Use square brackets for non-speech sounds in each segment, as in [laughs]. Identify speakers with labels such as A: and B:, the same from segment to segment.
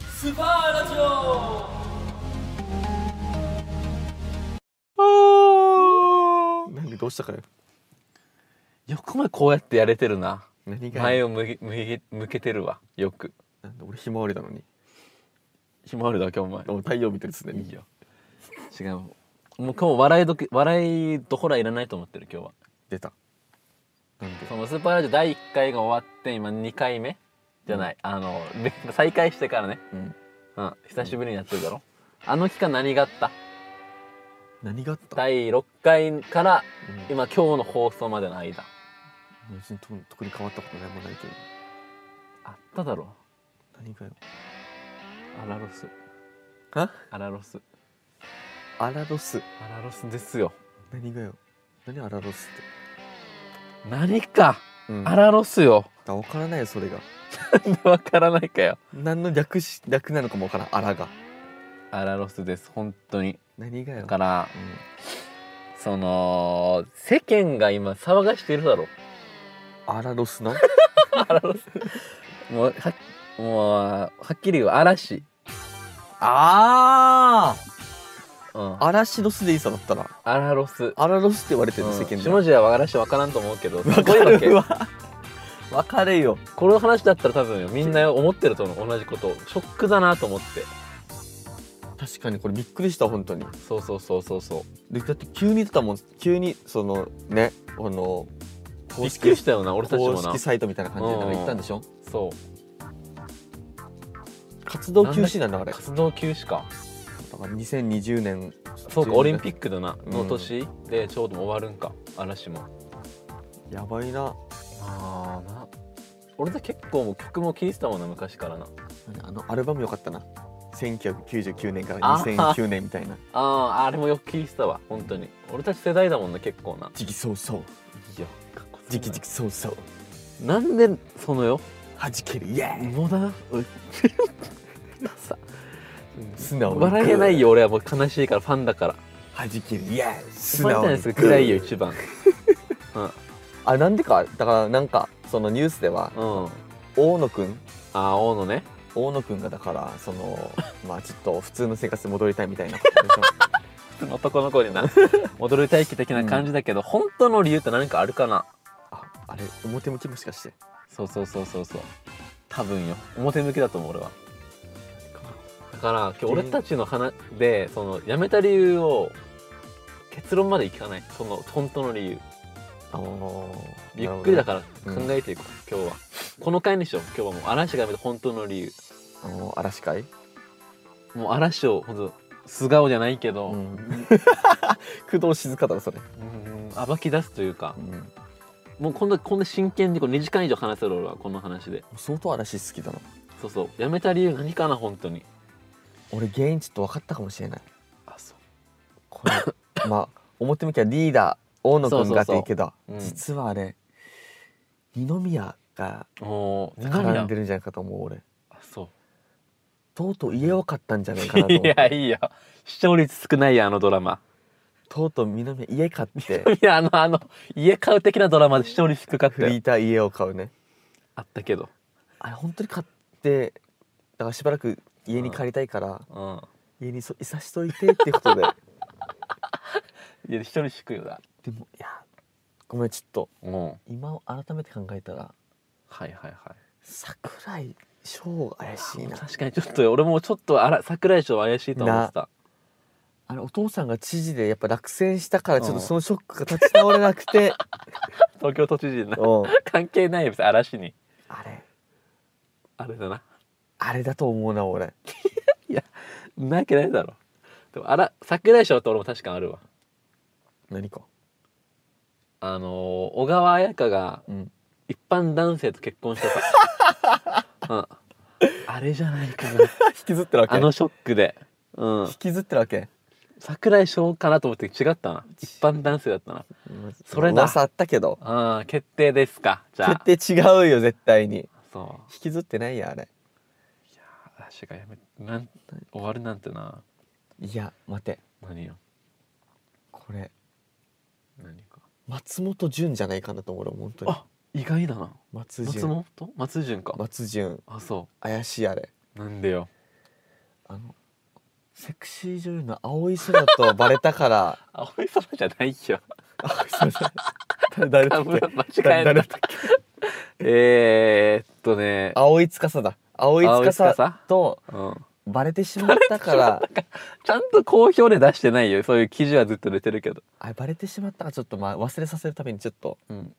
A: スパーラジオ
B: なんでどうしたかよ
C: よく前こうやってやれてるな
B: 何が
C: 前を向け向け向けてるわよく
B: なんで俺ひまわりなのに
C: ひまわりだけお前
B: お太陽見てる常に
C: いいよ違うもう今日笑いどき笑いどころはいらないと思ってる今日は
B: 出たなんで
C: そのスーパーラジオ第1回が終わって今2回目じゃない、あのれ再開してからね
B: うん
C: うん久しぶりにやってるだろ、あの期間何があった
B: 何があった
C: 第6回から
B: うん
C: 今今日の放送までの間
B: 別にと特に変わったことないもないけど
C: あっただろ
B: 何がよ
C: アラロス
B: は
C: アラロス
B: アラロス
C: アラロスですよ
B: 何がよ何アラロスっ
C: 何か、
B: て、うん、
C: アラロスよ
B: だ分からないよそれが
C: [laughs] わからないかよ
B: 何の略し略なのかも分からんアラが
C: アラロスです本当に
B: 何がよ
C: だから
B: うん
C: その世間が今騒がしてるだろ
B: アラロ
C: [laughs]
B: スの
C: もうはもうはっきり言う嵐、
B: あ
C: うん、
B: あ嵐ロスでいいさだったら
C: アラロス
B: アラロスって言われてる世間
C: うん
B: で
C: 下
B: は
C: 地は嵐分からんと思うけどすご
B: 分か
C: いわけ
B: るわ分かるよ
C: この話だったら多分よみんな思ってると思う同じことショックだなと思って
B: 確かにこれびっくりした本当に
C: そうそうそうそうそう
B: でだって急に出たもん急にそのねこの
C: び
B: 公
C: っくり
B: 式
C: したよな俺たち
B: 公
C: もな
B: 式サイトみたいな感じでなんか行ったんでしょ
C: そ
B: 活動休止なんだあ
C: う
B: れだか
C: 活動休止から
B: 2020年
C: そうかオリンピックだな
B: うん
C: の年でちょうど終わるんか嵐も
B: やばいな
C: ああな俺たち結構もう曲も聴いてたもんな昔からな
B: あのアルバムよかったな1999年から2009年みたいな
C: あああれもよく聴いてたわ本当に俺たち世代だもんな結構な
B: 時期そうそう
C: いや
B: 時期時期そうそう
C: なんでそのよ
B: はじけるイエーイ
C: 無駄な
B: 素直に
C: 笑えないよ俺はもう悲しいからファンだから
B: はじけるイエーイ
C: フ
B: 素
C: ァンじゃないですか
B: グー
C: 嫌いよ一番
B: あなんでかだからなんかそのニュースでは
C: うんあ
B: 大野くん
C: あ青のね
B: 大野くんがだからその [laughs] まあちょっと普通の生活に戻りたいみたいなことでし
C: [laughs]
B: ょ
C: 男の子にな [laughs] 踊りたい気的な感じだけど、本当の理由って何かあるかな
B: [laughs] ああれ表向きもしかして
C: そうそうそうそうそう多分よ表向きだと思う俺はだから今日俺たちの話でその辞めた理由を結論までいかないその本当の理由
B: ああ
C: ゆっくりだ
B: ら
C: から
B: うん
C: 考えていこう、今日はこの回にしよう今日はもう嵐が辞めた本当の理由
B: あの嵐会
C: もう嵐を本当素顔じゃないけど、
B: うん [laughs] 工藤静香だろそれ、
C: うん暴き出すというか
B: うん、
C: もうこんなこんな真剣にこう2時間以上話せる俺はこの話で
B: 相当嵐好きだな
C: そうそう辞めた理由何かな本当に
B: 俺原因ちょっと分かったかもしれない
C: あそう
B: こ [laughs] れまあ表向きはリーダー大野くんがって
C: そうそうそう
B: 言うけど
C: うん
B: 実はあれ二宮が
C: おー
B: 絡んでるんじゃないかと思う俺
C: あそう
B: とうとう言えよかったんじゃないかなと思っ
C: い
B: て
C: やいいよ視聴率少ないやあのドラマ
B: とうとう南宮家買って
C: いやあのあの家買う的なドラマで視聴率低かっ
B: フ
C: た
B: リ
C: よ
B: ーター家を買うね
C: あったけど
B: あれ本当に買ってだからしばらく家に帰りたいから、
C: うん
B: 家にそいさしといてってこと [laughs] で
C: いや視聴率低いよな
B: でもいやごめんちょっと
C: うんはい
B: 今を改めて考えたら
C: はいはい
B: 桜井翔が怪しいな
C: 確かにちょっと俺もちょっとあら桜井翔怪しいと思ってた
B: あれお父さんが知事でやっぱ落選したからちょっ
C: うん
B: とそのショックが立ち直れなくて、
C: 東京都知事な
B: [laughs] うん、
C: [laughs] 関係ないよ別に嵐に
B: あれ
C: あれだな
B: あれだと思うな俺
C: なわけないだろでもあら桜井翔って俺も確かあるわ
B: 何か
C: あのー小川彩佳が
B: うん
C: 一般男性と結婚して [laughs] た、うん、あれじゃないかな
B: [laughs] 引きずってるわけ
C: あのショックで、うん
B: 引、きずってるわけ
C: 桜井翔かなと思って違ったな一般男性だったなそれだ
B: 噂あったけど
C: ああ決定ですかじゃあ
B: 絶対違うよ絶対に
C: そ
B: 引きずってないやあれ
C: う嵐がやめなん終わるなんてない
B: や待て
C: 何よ
B: これ
C: 何か
B: 松本潤じゃないかなと思う俺本当に
C: あ意外だな
B: 松
C: 松
B: 潤
C: 本松潤か
B: 松潤
C: あそ
B: 怪しいあれ
C: うなんでよ
B: あのセクシー女優の青い空とバレたから
C: 青い空じゃないよ。
B: [laughs] あすいません誰だ
C: 多
B: っ
C: 分
B: け
C: 間違え
B: 誰だ
C: た
B: っ。
C: えーっとね。
B: 青い司だ青い
C: 青い
B: 司
C: 司
B: と
C: うん。
B: バレてしまったから
C: ちゃんと公表で出してないよ。そういう記事はずっと出てるけど。
B: あバレてしまったからちょっとまあ忘れさせるためにちょっと
C: うん。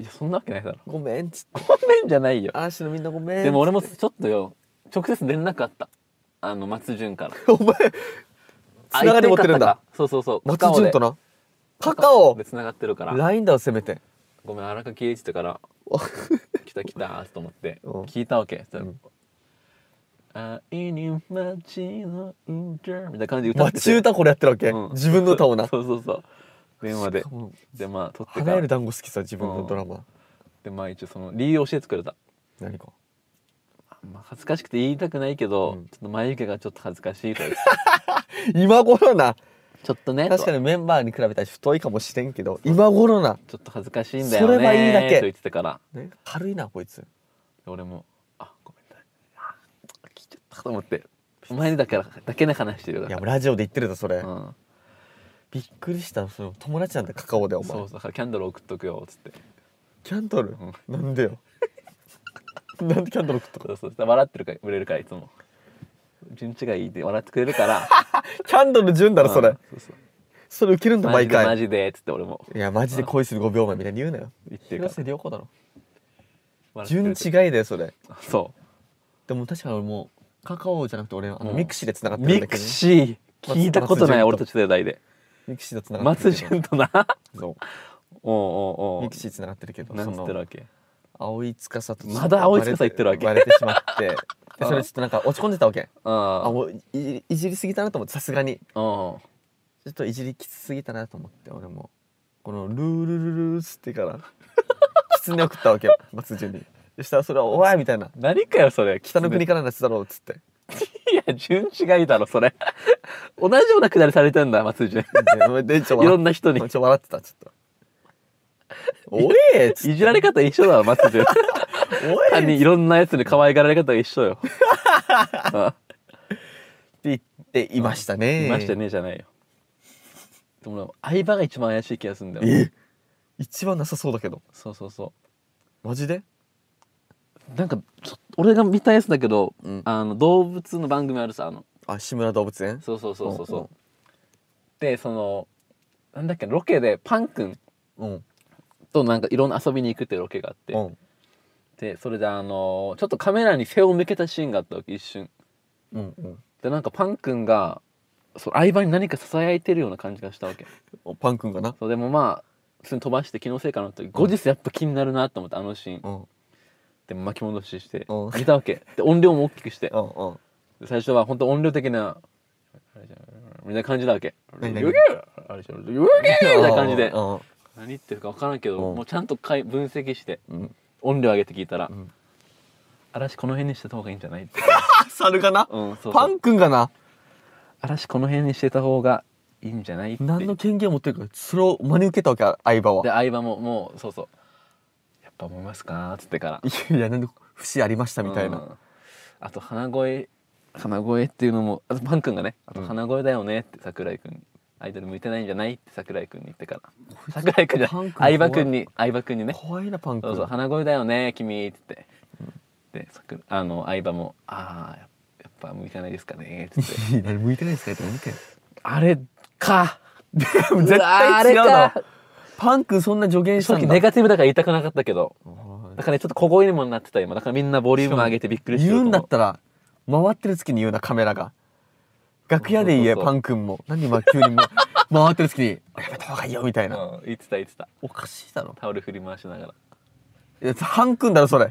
C: いや、そんなわけないだろ。
B: ごめんちょっ
C: ごめんじゃないよ
B: と。あーしのみんなごめん
C: でも俺もちょっとよ、直接連絡あった。あの、松潤から。
B: [laughs] お前つながり持ってるんだ
C: あ。行ってよかったかそうそうそう。
B: 松潤となカ
C: カ
B: カ
C: オ
B: オ
C: でで繋がってるから。
B: ラインだをせめて
C: ごめん、荒垣栄一だから
B: お、
C: 来た来たーと思って、
B: うん
C: 聞いたわけ。
B: ん
C: 愛に街の歌みたいな感じで歌ってて。
B: 町歌これやってるわけ、
C: うん
B: 自分の歌をな
C: そうそうそうそう。電話で
B: しか。も
C: で、まあ、撮ってか
B: 花よ
C: ら
B: り。団子好きさ自分のドラマ、
C: で、まあ、一応その、理由を教えてくれた。
B: 何か
C: まあ、恥ずかしくて言いたくないけど、
B: うん
C: ちょっと眉毛がちょっと恥ずかしいと
B: [laughs]
C: か言って
B: 今頃な
C: ちょっとね
B: 確か
C: と
B: にメンバーに比べたら太いかもしれんけど今頃な、
C: ちょっと恥ずかしいんだよね
B: それはいいだけ
C: と言ってたから
B: ね、軽いなこいつ
C: 俺もあごめんなさいあ聞いちゃったと思ってお前にだからだけの話してるだ
B: い
C: か
B: やもうラジオで言ってるぞそれ、
C: ら、うん、
B: びっくりしたその友達なんだカカオでお前
C: そうそうだからキャンドル送っとくよっつって
B: キャンドル、なんでよ [laughs] なんでキャンドル食ったか
C: そうそうそう笑ってるから売れるからいつも順違いで笑ってくれるから
B: キャンドル順だ [laughs] ろそれ、
C: うんそうそう
B: それ受けるんだ
C: マジ
B: 毎
C: でマ
B: 回
C: ジでっつって俺も
B: いやマジで恋する5秒前みたいに言うなよ
C: 言ってるから
B: 広瀬良子だろ
C: 笑ってく
B: 順違
C: れ
B: い
C: て
B: だよそれ
C: そ
B: でも確かに俺もうカカオじゃなくて俺あの
C: うん
B: ミクシーで繋が
C: う
B: ってるん
C: ミ
B: だけ
C: ク
B: どね、
C: シー聞いたことない俺た
B: 松
C: ち世代で
B: ミクシーで繋がって
C: 松
B: るけど
C: 潤とな
B: [laughs] そ
C: [laughs] おうおうお
B: う
C: う
B: ミクシー繋がってるけど
C: なん
B: そ
C: つってる
B: の
C: わけ
B: 青い司と
C: まだ青い司言ってるわけ
B: バレてしまってでそれちょっとなんか落ち込んでたわけあ
C: あ
B: もういじりいじりすぎたなと思ってさすがに
C: あうん
B: ちょっといじりきつすぎたなと思って俺もこのルールルルーつってから狐送ったわけよ松潤にそしたらそれは「おい!」みたいな
C: 何かよそれ
B: 「北の国からのやつだろ」うっつって
C: いや順違いだろそれ同じようなくだりされてんだ松
B: [laughs]
C: 潤
B: ででちょ
C: いろん
B: な
C: な
B: [laughs]
C: 人に
B: ちょ笑ってたちょっと「おえ!」っつって
C: いじられ方一緒だろ松
B: [laughs]
C: 潤
B: 「おえ!」
C: 単にいろんなやつに可愛がられ方が一緒よあ
B: って言っていましたね
C: いましたねじゃないよでも相場が一番怪しい気がするんだよ
B: え一番なさそうだけど
C: そうそうそ
B: マジで
C: うなんかちょ俺が見たやつだけど、
B: うん
C: あの動物の番組あるさあの
B: あ志村動物園
C: そうそうそうそうそう、
B: うんうん
C: でそのなんだっけロケでパン君
B: うん
C: となんかいろんな遊びに行くっていうロケがあって、
B: うん
C: でそれであのーちょっとカメラに背を向けたシーンがあったわけ一瞬
B: うんうん
C: でなんかパン君がその相場に何か囁いてるような感じがしたわけ
B: おパン君かな
C: そうでもまあ普通に飛ばして気のせいかなと後日やっぱ気になるなと思ってあのシーン
B: うん
C: で巻き戻しして
B: うん
C: 見たわけで音量も大きくして
B: うんうん
C: で最初は本当音量的なあれじゃんみたいな感じなわけ「
B: 何
C: 余
B: 何
C: 計あれじゃん余計みたいな感じで
B: うん
C: 何言ってるか分からんけど
B: うん
C: もうちゃんとかい分析して
B: うん
C: 音量上げて聞いたら
B: うん
C: 「嵐この辺にしてた方がいいんじゃない?」って
B: あ猿かな
C: うん、そう
B: パン君かな
C: 嵐この辺にしてた方がいいんじゃないって
B: 何の権限を持ってるかそれを真に受けたわけ相場
C: で
B: は
C: 相葉ももうそうそうやっぱ思いますかっつってから
B: いやいやなんで節ありましたみたいうなん
C: あと鼻声鼻声っていうのもあとパン君がねあと鼻声だよねって桜井君にアイドル向いてないんじゃないって桜井君に言ってから桜井君じゃ
B: パン君
C: 相葉君に相葉君にね
B: 怖いなパン
C: そう
B: 君
C: そう鼻声だよね君って言って、で桜あの相葉もああやっぱ向いてないですかねって言って
B: いや何向いてないですかって何かよ
C: [laughs] あれか
B: 絶対違う
C: わあれ
B: だ
C: か
B: ろパン君そんな助言し
C: 正
B: た
C: 直ネ
B: んだ
C: ガティブだから言いたくなかったけど
B: はい
C: だからねちょっと小声にもなってた今だからみんなボリューム上げてびっくりしてる
B: 言
C: と思
B: うんだったら回ってる月に言うなカメラが楽屋で言え
C: そうそうそう
B: パン君も何今急に
C: [laughs]
B: もう回ってる月に「やめた方がいいよ」みたいな、
C: うん言ってた言ってた
B: おかしいだろ
C: タオル振り回しながら
B: いやハン君だろそれ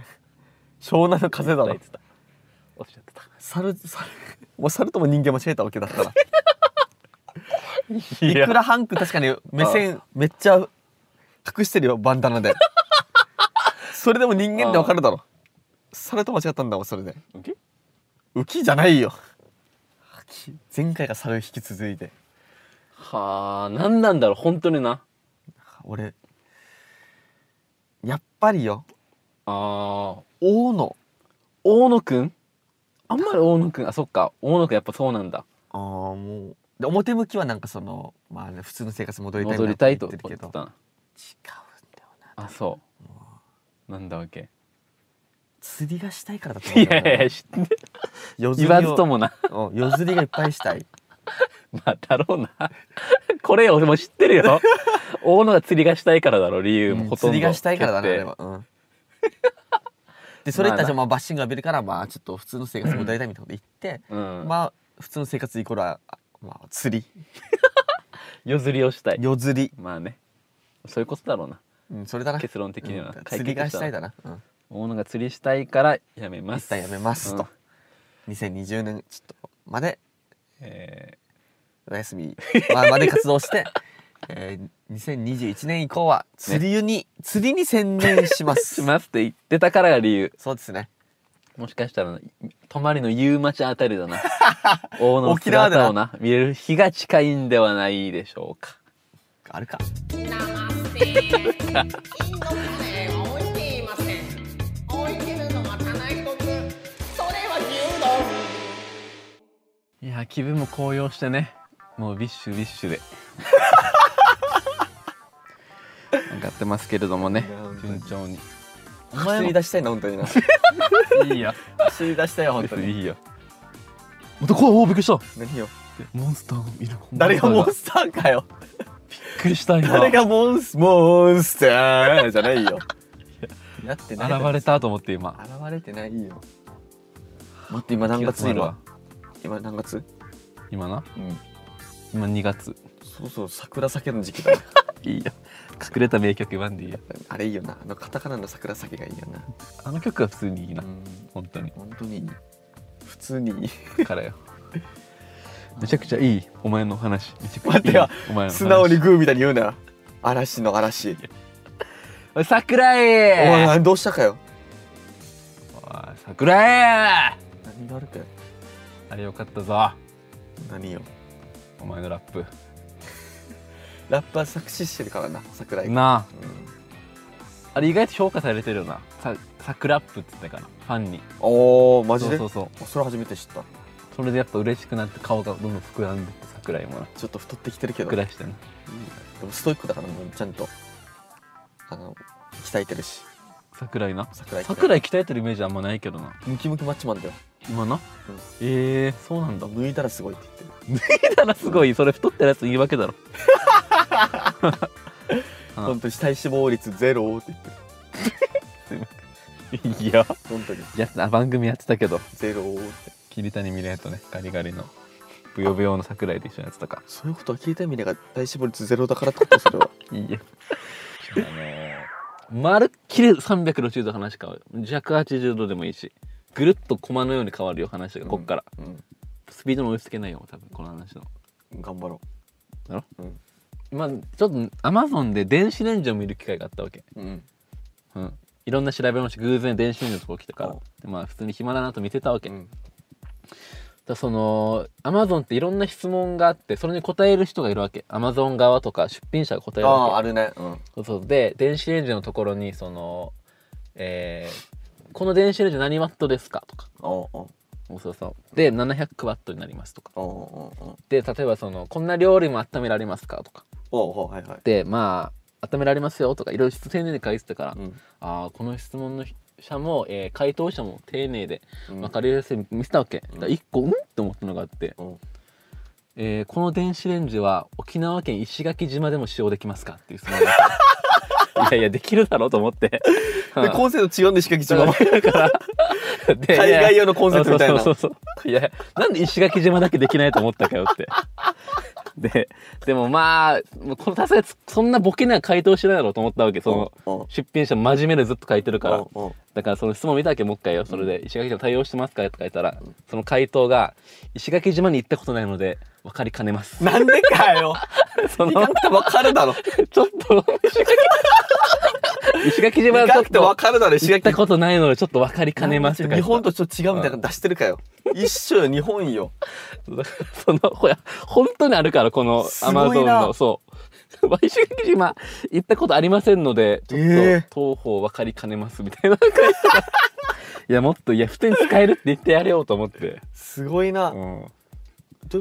B: 湘南の風だ
C: 言
B: ろ
C: ってた落ちちゃってた
B: 猿猿もう猿とも人間間違えたわけだから
C: [laughs] い
B: いくらハン君確かに目線めっちゃ隠してるよバンダ
C: [laughs]
B: ナでそれでも人間ってわかるだろ猿と間違ったんだもんそれで浮きじゃないよ前回が猿引き続いて
C: はあ何なんだろう本当にな
B: 俺やっぱりよ
C: あー
B: 大野
C: 大野くんああんまり大野くんあそっか大野くんやっぱそうなんだ
B: ああもうで表向きはなんかそのまあね普通の生活戻りたい
C: 戻りたいと
B: っ
C: 思
B: て
C: っ
B: 言って
C: て
B: るけど違うん
C: たな
B: だよな
C: あそうなんだわけ
B: 釣りがしたいからだと
C: い
B: 思うんだ
C: や
B: よない
C: や知ってる
B: 夜釣
C: 言
B: りを
C: わずともな
B: うん夜釣りがいっぱいしたい
C: まあだろうなこれ俺も知ってる
B: [laughs]
C: よ大野が釣りがしたいからだろう理 [laughs] 由もほとんど、
B: 釣りがしたいからだねあ
C: 決
B: れ
C: 定
B: はうんでそれ言ったらじゃあまあバッシング浴びるからまあちょっと普通の生活戻りたいみたいなこと言って
C: うん、
B: まあ普通の生活イコールはまあ釣り
C: 夜釣りをしたい
B: 夜釣り、
C: まあねそういうことだろうな
B: うん、それだな
C: 結論的には
B: うん
C: 解決
B: 釣りがしたいだな、うん、
C: 大野が釣りしたいからやめま
B: 一
C: す
B: 旦やめますと
C: うん、
B: 2020年ちょっとまで
C: え
B: お休み、 [laughs] まあ、まで活動して、えー、2021年以降は釣りに、釣りに専念し [laughs] ま
C: ー
B: す
C: しますって言ってたからが理由
B: そうですね
C: もしかしたら泊まりの夕町あたりだ [laughs] な大野の
B: 沖縄だな
C: 姿をな見れる日が近いんではないでしょうか
B: あるか
D: ナマステインドカレーは置いていません置いてるのは棚一つそれは牛丼
C: いや気分も高揚してねもうビッシュビッ [laughs] シュで上がってますけれどもね
B: いや本当
C: 順
B: に
C: 調にお
B: 釣り出したいな本当にな
C: いいよ
B: [laughs] 釣り出したいよ本当に
C: いいよまたこうびっくりした
B: 何よ
C: モンスターがいる
B: 誰がモン
C: ス
B: スターかよ
C: ターびっくりした今
B: 誰がモンスモンスターじゃないよだってない
C: 現れたと思って今
B: 現れてないよ待って今何月いるわ今何月
C: 今な
B: うん
C: 今2月
B: そうそう桜酒の時期だね
C: いいよ隠れた名曲ワンディ
B: あれいいよなあのカタカナの桜酒がいいよな
C: あの曲は普通にいいな
B: うん
C: 本当に
B: 本当にいい普通にいい
C: から
B: [laughs]
C: よめちゃくちゃいいお前の話めちゃくちゃいい
B: 待ってよ
C: お前の話
B: [laughs] 素直にグーみたいに言うな嵐の嵐
C: おい桜
B: お前
C: 井
B: 何どうしたかよ
C: おい桜井
B: 何があるかよ
C: あれよかったぞ
B: 何よ
C: お前のラップ
B: ラッパー作詞してるからな桜井君
C: なあ
B: うん
C: あれ意外と評価されてるよなさ桜ラップって言ったからファンに
B: おおマジで
C: そうそう
B: それ初めて知った
C: そうそれでやっぱ嬉しくなって顔がどんどん膨らんでって桜井もな
B: ちょっと太ってきてるけど
C: 膨らしてな
B: うんでもストイックだからもうちゃんとあの鍛えてるし
C: 桜井な
B: 桜井
C: 桜
B: 井
C: 井鍛えてるイメージあんまないけどな
B: ムキムキマッチマンだよ
C: 今な、ええそうなんだ
B: 脱いだらすごいって言ってる、
C: 見たらすごいそれ太ってるやついいわけだろうん
B: 本当に体脂肪率ゼロって言ってる
C: いや
B: 本当に
C: やってた番組やってたけど
B: ゼロって
C: 桐谷美玲とねガリガリのブヨブヨの桜井と一緒にやってたか
B: そういうことは聞いたみんなが体脂肪率ゼロだからってことそれは
C: いいやあのーまるっきり360度話変わる180度でもいいしぐるっと駒のように変わるよ話 [laughs] がこっから、
B: うん
C: スピードの追いつけないよ多分この話の
B: 頑張ろ
C: だろ
B: うん
C: まあちょっとアマゾンで電子レンジを見る機会があったわけ
B: ううん
C: うんいろんな調べ物して偶然電子レンジのとこ来たから
B: お
C: でまあ普通に暇だなと見てたわけ、
B: うん
C: だそのアマゾンっていろんな質問があってそれに答える人がいるわけアマゾン側とか出品者が答え
B: あ
C: るわけ
B: ああるねうん
C: そうそうで電子レンジのところにその、えーこの電子レンジ何ワットですか?」とか
B: おうおう
C: そうそうそうで「700ワットになります」とか
B: おうおうおう
C: で例えばその「こんな料理も温められますか?」とか
B: おうおうはいはい
C: でまあ温められますよとかいろいろ丁寧に返してたから、
B: うん
C: あーこの質問の者も、えー回答者も丁寧で
B: うん
C: 分かりやすい見せたわけ、だから一個うんって思ったのがあって、
B: うん
C: えーこの電子レンジは沖縄県石垣島でも使用できますかっていう質問が
B: [laughs]
C: あっていやいやできるだろうと思って
B: でコンセプト違うんで石垣島は
C: [laughs] だからで
B: 海外用のコンセプトみたいな
C: そうそうそうそういやなんで石垣島だけできないと思ったかよ
B: [laughs]
C: ってででもまあこのさすがにそんなボケには回答しないだろうと思ったわけそ
B: うんうん
C: の出品者真面目でずっと書いてるから
B: おうおう
C: だからその質問見たわけもう一回よそれで「石垣島対応してますか?」って書いたらその回答が「石垣島に行ったことないので分かりかねます」
B: なんでかよ
C: そ
B: 行か
C: の
B: なくてわかる
C: [laughs]
B: だろ
C: ちょっと石垣石垣島
B: 行
C: はち
B: か
C: ょ
B: な
C: っ
B: くてわ
C: と
B: かるだろ石
C: 行っ
B: 垣
C: たことないのでちょっと分かりかねますって書いて
B: 日本
C: た
B: とちょっと違うみたいなの出してるかよ、一緒よ日本よ
C: そのほや本当にあるからこの
B: す
C: アマ
B: ご
C: ゾ
B: い
C: ン
B: な
C: のそう [laughs] 石垣島行ったことありませんのでちょっと、
B: ええ [laughs]
C: 東方分かりかねますみたいなの書いてたいやもっといや普通に使えるって言ってやれようと思って、
B: すごいな、
C: う
B: ど
C: ん、
B: ういう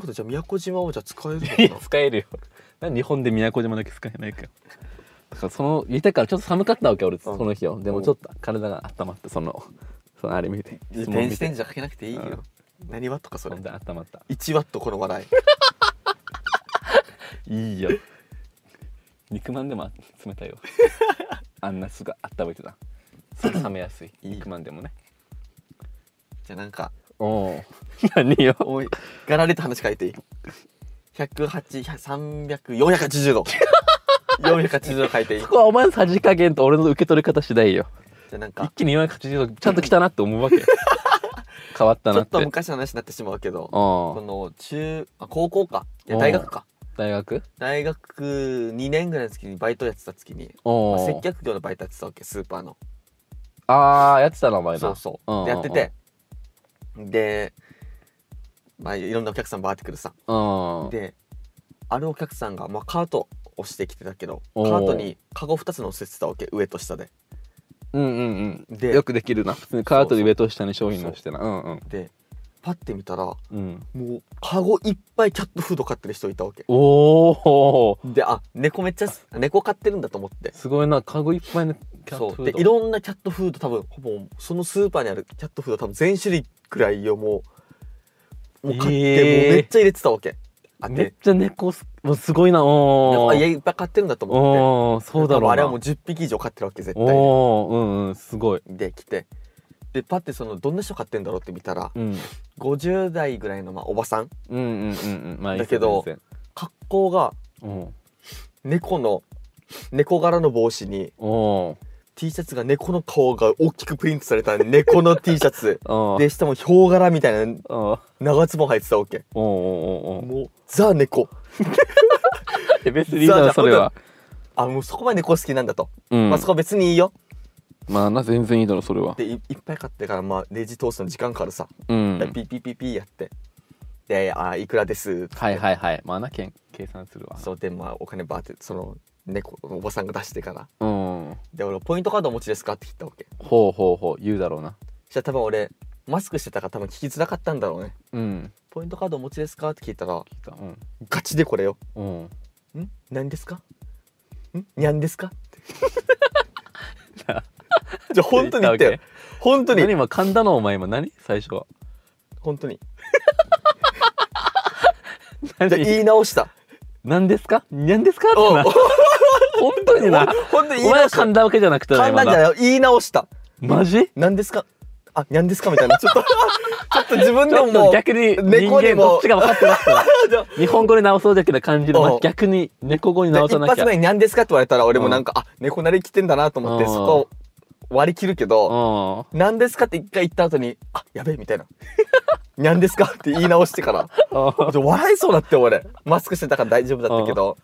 B: ことじゃあ宮古島をじゃあ使える
C: [laughs]
B: の
C: いや
B: かな
C: 使えるよなんで日本で宮古島だけ使えないかよだからその言いたいからちょっと寒かったわけ俺その日よでもちょっと体が温まってそのそのあれ見て
B: いや
C: 相撲
B: 電
C: 見
B: 子
C: て
B: レンジはかけなくていいよ、何ワットかそれ
C: ほんで温まった
B: 1ワットこの笑い
C: いいよ肉まんでも冷
B: [laughs]
C: たいよあんなすぐ温めてたそれ冷めやすい肉まんでもね
B: じゃあなんか
C: おお何よ
B: おいガラリと話変えていい108380度480度変えていい
C: そ
B: じ
C: こはお前のさじ加減と俺の受け取り方次第よ
B: ゃあなん
C: 一
B: か
C: 気に480度ちゃんと来たなって思うわ
B: [laughs]
C: け変わっ
B: ち
C: た
B: ょ
C: なっ
B: ってと昔の話になってしまうけどこ
C: あ
B: の中あ高校かいや
C: うん
B: 大学か
C: 大学
B: 大学2年ぐらいの時にバイトやってた月に、まあ
C: お
B: 接
C: お
B: 客業のバイトやってたわけスーパーの
C: ああやってたなお前な
B: そうそ
C: う
B: う、
C: んうんうん
B: でやっててでまあいろんなお客さんバーってくるさ
C: うん
B: であるお客さんが、まあ、カートをしてきてたけどカ
C: おー
B: ートにカゴ2つ乗せてたわけ上と下で
C: うんうんうん
B: で
C: よくできるな普通にカートで上と下に商品のしてなうんうん
B: でパッて見たらも
C: うん
B: うカゴいっぱいキャットフード買ってる人いたわけ
C: おお
B: であ猫めっちゃ猫飼ってるんだと思って
C: すごいなカゴいっぱいのキャッ
B: そ
C: トフ
B: う
C: ード
B: でいろんなキャットフード多分ほぼそのスーパーにあるキャットフード多分全種類くらいをもうもう買って、
C: えー
B: もうめっちゃ入れてたわけあ
C: めっ
B: で
C: ちゃ猫すもうすごいなおお
B: あいやいっぱい買ってるんだと思って
C: おおそうだろう
B: 多分
C: な
B: あれはもう10匹以上買ってるわけ絶対に
C: おおうんうんすごい
B: で来てでパッてそのどんな人買ってんだろうって見たら
C: うん
B: 50代ぐらいのまあおばさん
C: うんうんうんうんまあいい
B: だけど
C: 全
B: 格好が
C: 然うん
B: 猫の猫柄の帽子に
C: おお
B: T シャツが猫の顔が大きくプリントされた猫の T シ
C: [laughs]
B: ャツ
C: おお
B: で下もヒョウ柄みたいな
C: おお
B: 長ズボン入ってたわけ
C: おおお
B: もうザ猫
C: え
B: [laughs]
C: 別にいいだろそれは
B: あもうそこまで猫好きなんだと、
C: うん
B: まあそこは別にいいよ
C: まあな全然いいだろそれは
B: でいいっぱい買ってからまあレジ通すの時間かかるさ、
C: うん
B: ピーピーピーピーやってで「あいくらです」
C: はいはいはいまあなけん計算するわ
B: そうでまあお金バーってその猫おばさんが出してか
C: う
B: ら
C: ん
B: で俺ポイントカードお持ちですかって聞いたわけ
C: ほうほうほう言うだろうな
B: そしたら多分俺マスクしてたから多分聞きづらかったんだろうね
C: うん
B: ポイントカードお持ちですかって聞いたら
C: 聞いたうん
B: ガチでこれよ
C: うん
B: ん何ですかんにゃんですかってじゃあ本当に言ってよ
C: 言った
B: 本当に
C: 何今噛んだのお前今何最初は
B: 本当にじゃあ
C: 何
B: 言い直した
C: 何ですか何ですかって
B: おう
C: な本当にな
B: 本当に
C: お
B: 言い
C: 前は
B: 直した
C: 噛んだわけじゃなくてな
B: 噛んだんじゃ
C: 今な
B: ないよ言い直した
C: マジ
B: 何ですかあにゃんですかみたいなちょっと [laughs] ちょっと自分
C: ち
B: で
C: ょ
B: も
C: っと
B: もう
C: 逆に人
B: 猫に
C: 間
B: も
C: どっち
B: [laughs]
C: が分かってなくてな
B: じゃあ
C: 日本語に直そうだけど感じの、ま
B: お
C: あ
B: う
C: 逆に猫語に直さな
B: 一
C: き
B: 発
C: ゃ
B: 目に「にゃんですか?」って言われたら俺もなんか、あ猫なりきてんだなと思って、
C: うん
B: そこを割り切るけど
C: うん
B: 「なんですか?」って一回言った後に「あやべえ」みたいな [laughs] 「にゃんですか?」って言い直してからちょ笑いそうだって俺マスクしてたから大丈夫だったけど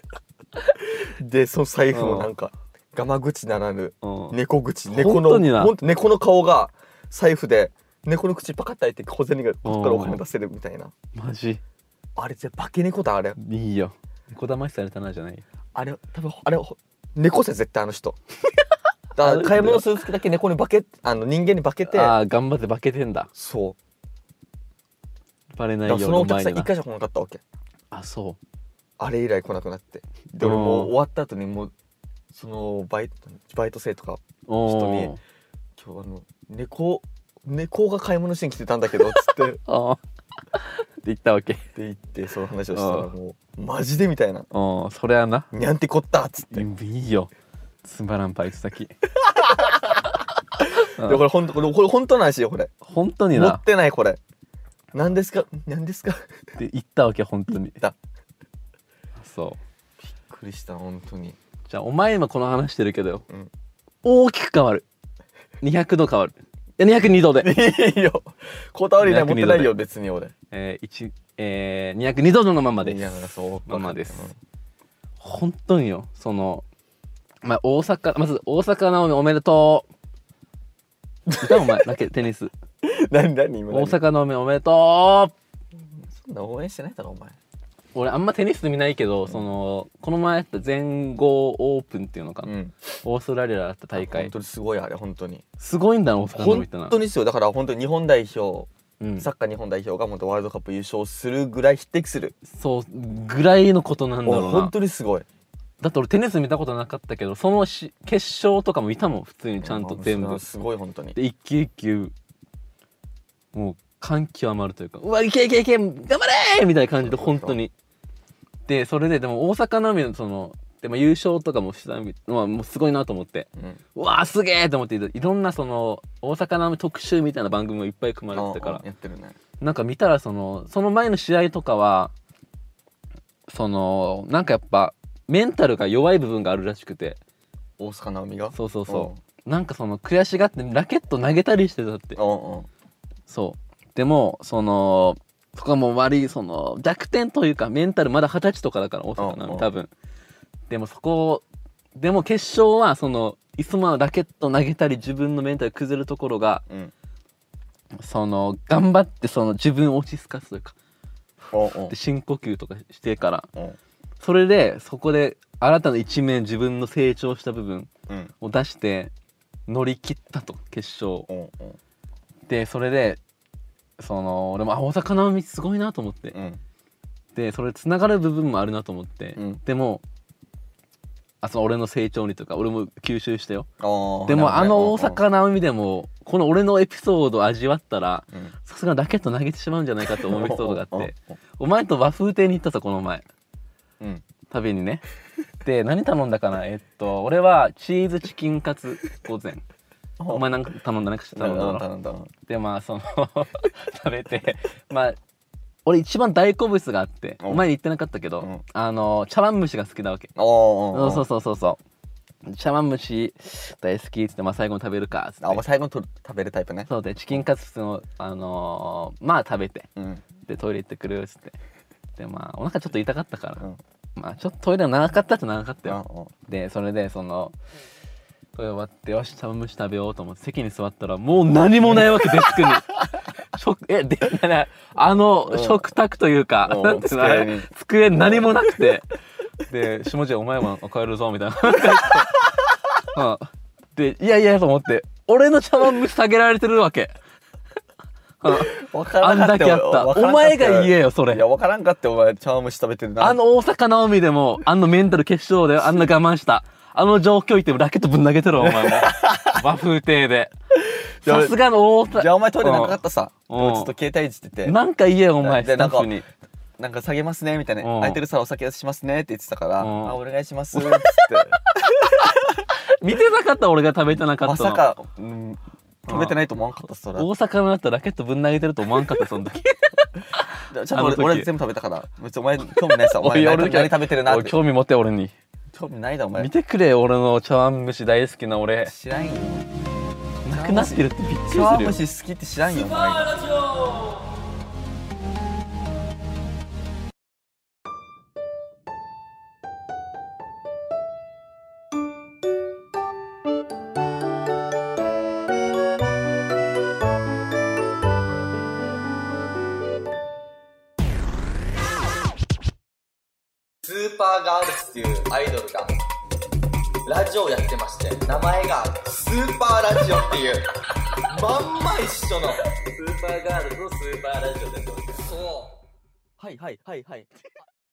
B: [laughs] でその財布もなんかガマ口ならぬ
C: うん
B: [laughs] 猫口猫の
C: 本当にな
B: ほんと猫の顔が財布で猫の口パカッて開いて小銭がこっからお金出せるみたいな
C: マジ
B: あれじゃ化け猫だあれ
C: いいよ猫騙しされたなじゃないよ
B: あれ多分あれほ猫さ絶対あの [laughs] 人だから買い物する時だけ猫に化けあの人間に化けて
C: ああ頑張って化けてんだ
B: そ
C: バレ
B: う
C: な
B: だ
C: い
B: か
C: よ
B: ら
C: うに
B: そのお客
C: 前
B: さん
C: に
B: 一
C: な
B: 回しか来なかったわけ
C: あそ
B: あれ以来来なくなってで俺もう
C: うん
B: 終わった後にもうそのバイトバイト生とか
C: うお
B: 人に
C: ー
B: 今日あの猫猫が買い物しに来てたんだけどっつって [laughs] って
C: あーって言ったわけ
B: 言ってその話をしたらもうマジでみたいな
C: うんそれはな
B: にゃんてこったっつって、
C: いいよつまらんバイト先うん
B: でこれ本当これこれ本当の話よこれ
C: 本当に
B: 持
C: な
B: っ。てないこれ何ですか何ですか [laughs]
C: って言ったわけ本当に。
B: たび
C: そ
B: っくりした本当に
C: う。じゃあお前今この話してるけどよ、
B: うん
C: 大きく変わる。200度変わる。いや202度で。
B: いいよこだわりない持ってないよ別に俺
C: えー、一えー、202度のままで
B: いや
C: す。
B: そう
C: まあまあです本当によ。そのまあ大阪まず大阪なおみおめでとう。歌うお前だけテニ [laughs] ス。
B: 何何今
C: 大
B: 何
C: 阪なおみおめでとう。
B: そんな応援してないだろお前
C: 俺あんまテニス見ないけど、そのこの前やった全豪オープンっていうのかな、
B: うん
C: オーストラリアだった大
B: 本
C: 会
B: 当にすごいあれ本当に
C: すごいんだな大阪の
B: 本
C: みたいな
B: 当にですよだから本当に日本代表、
C: うん、
B: サッカー日本代表が本当ワールドカップ優勝するぐらい匹敵する
C: そうぐらいのことなんだろうな
B: 本当にすごい
C: だって俺テニス見たことなかったけどそのし決勝とかもいたもん普通にちゃんと全
B: いやま
C: 部
B: あすごい本当に
C: で一球一球もう感極まるというかうわいけいけいけ頑張れーみたいな感じで本当にでそれででも大阪並みのそのでも優勝とかもしたみまあもうすごいなと思って
B: うん
C: うわーすげえと思っていろんなその大阪並み特集みたいな番組もいっぱい組まれてたか
B: あ
C: ら
B: あやってるね
C: なんか見たらそのその前の試合とかはそのなんかやっぱメンタルが弱い部分があるらしくて
B: 大阪なおみが
C: そうそうそうなんかその悔しがってラケット投げたりしてたって
B: うんうん
C: そうでもそのそこはもう悪いその弱点というかメンタルまだ二十歳とかだから大阪な
B: うんう
C: の
B: ん
C: 多分でもそこでも決勝はそのいつもラケット投げたり自分のメンタル崩れるところが
B: うん
C: その頑張ってその自分を落ち着かすというか
B: おうん
C: で深呼吸とかしてから
B: うん
C: それでそこで新たな一面自分の成長した部分
B: うん
C: を出して乗り切ったと決勝
B: うんうん
C: でそれでその俺もあ大阪直美すごいなと思って
B: うん
C: でそれつながる部分もあるなと思って、
B: うん
C: でもあその俺の成長にとか俺も吸収したよ
B: あー
C: でもあ
B: なる
C: の
B: ほ
C: 大
B: どね
C: 阪直美でもこの俺のエピソードを味わったら
B: うんうん
C: さすがにラケット投げてしまうんじゃないかと思うエピソードがあって
B: うん
C: お前と和風亭に行ったぞこの前
B: うん
C: 旅にねで何頼んだかなえっと俺はチーズチキンカツ午前お前なんか頼んだなんか頼んだ
B: 頼
C: ろ
B: んだ頼んだうん
C: でまあその [laughs] 食べてまあ俺一番大好物があって
B: うん
C: お前に言ってなかったけど、
B: うん
C: あの茶碗蒸しが好きなわけ、
B: お
C: そうそう
B: う
C: そうそうそう茶碗蒸し大好きっつって、まあ、最後に食べるかっつって
B: あお前最後にとる食べるタイプね
C: そうでチキンカツのあのーまあ食べて
B: うん
C: でトイレ行ってくるっつってでまあお腹ちょっと痛かったから、
B: うん
C: まあちょっとトイレが長かったっちゃ長かったよ、
B: うん
C: でそれでそのこれ終わってよし茶碗蒸し食べようと思って席に座ったらもう何もないわけデスク
B: [laughs]
C: に食えでななあの
B: ん
C: 食卓というか
B: うん
C: なんていうのあ
B: 机
C: れ
B: に
C: 机何もなくてで「下地お前も帰るぞ」みたいな
B: [laughs]
C: うんでいやいやと思って俺の茶碗蒸し下げられてるわけ、うん
B: わからんか
C: あんだけあった
B: わからんか
C: お前が言えよそれ
B: いやわからんかってお前茶碗蒸し食べてるな
C: あの大阪直美でも、あのメンタル決勝で、あんな我慢した。あの状況いってもラケットぶん投げてろ、お
B: [laughs]
C: 前も。和風亭で。
B: いや
C: さすがの大
B: じゃあ
C: 阪。
B: お前トイレなんかあったさ
C: うん
B: 俺ちょっと携帯いじってて
C: なんか言えよ、お前、
B: で
C: スタッフ
B: な
C: に。
B: なんか下げますねみたいな
C: うん
B: 空いてるさお酒しますねって言ってたから
C: うん
B: あお願いしますっ
C: [laughs]
B: つって
C: 見てなかった俺が食べてなか
B: ま
C: った
B: さ
C: の。
B: かうん食べてないと思わんかったそれ
C: 大阪のやったらラケットぶん投げてると思わんかった、その時。
B: ちゃんと俺
C: あの時
B: 俺全部食べたから別にお前興味ない [laughs] さお前
C: 俺
B: 何何食べてるな
C: [laughs] お
B: っ
C: い
B: て
C: 興味持って、俺に。
B: 興味ないだお前
C: 見てくれよ、俺の茶碗蒸し大好きな俺。
B: 知らんよ
C: なくなってるってびっくりす
B: 茶
C: るよ
B: 碗。蒸し好きって知らんよお前が
A: ラジオ
B: スーパーガールズっていうアイドルがラジオやってまして名前がスーパーラジオっていうまんま一緒の
A: スーパーガールズのスーパーラジオです。
B: はいはいはいはい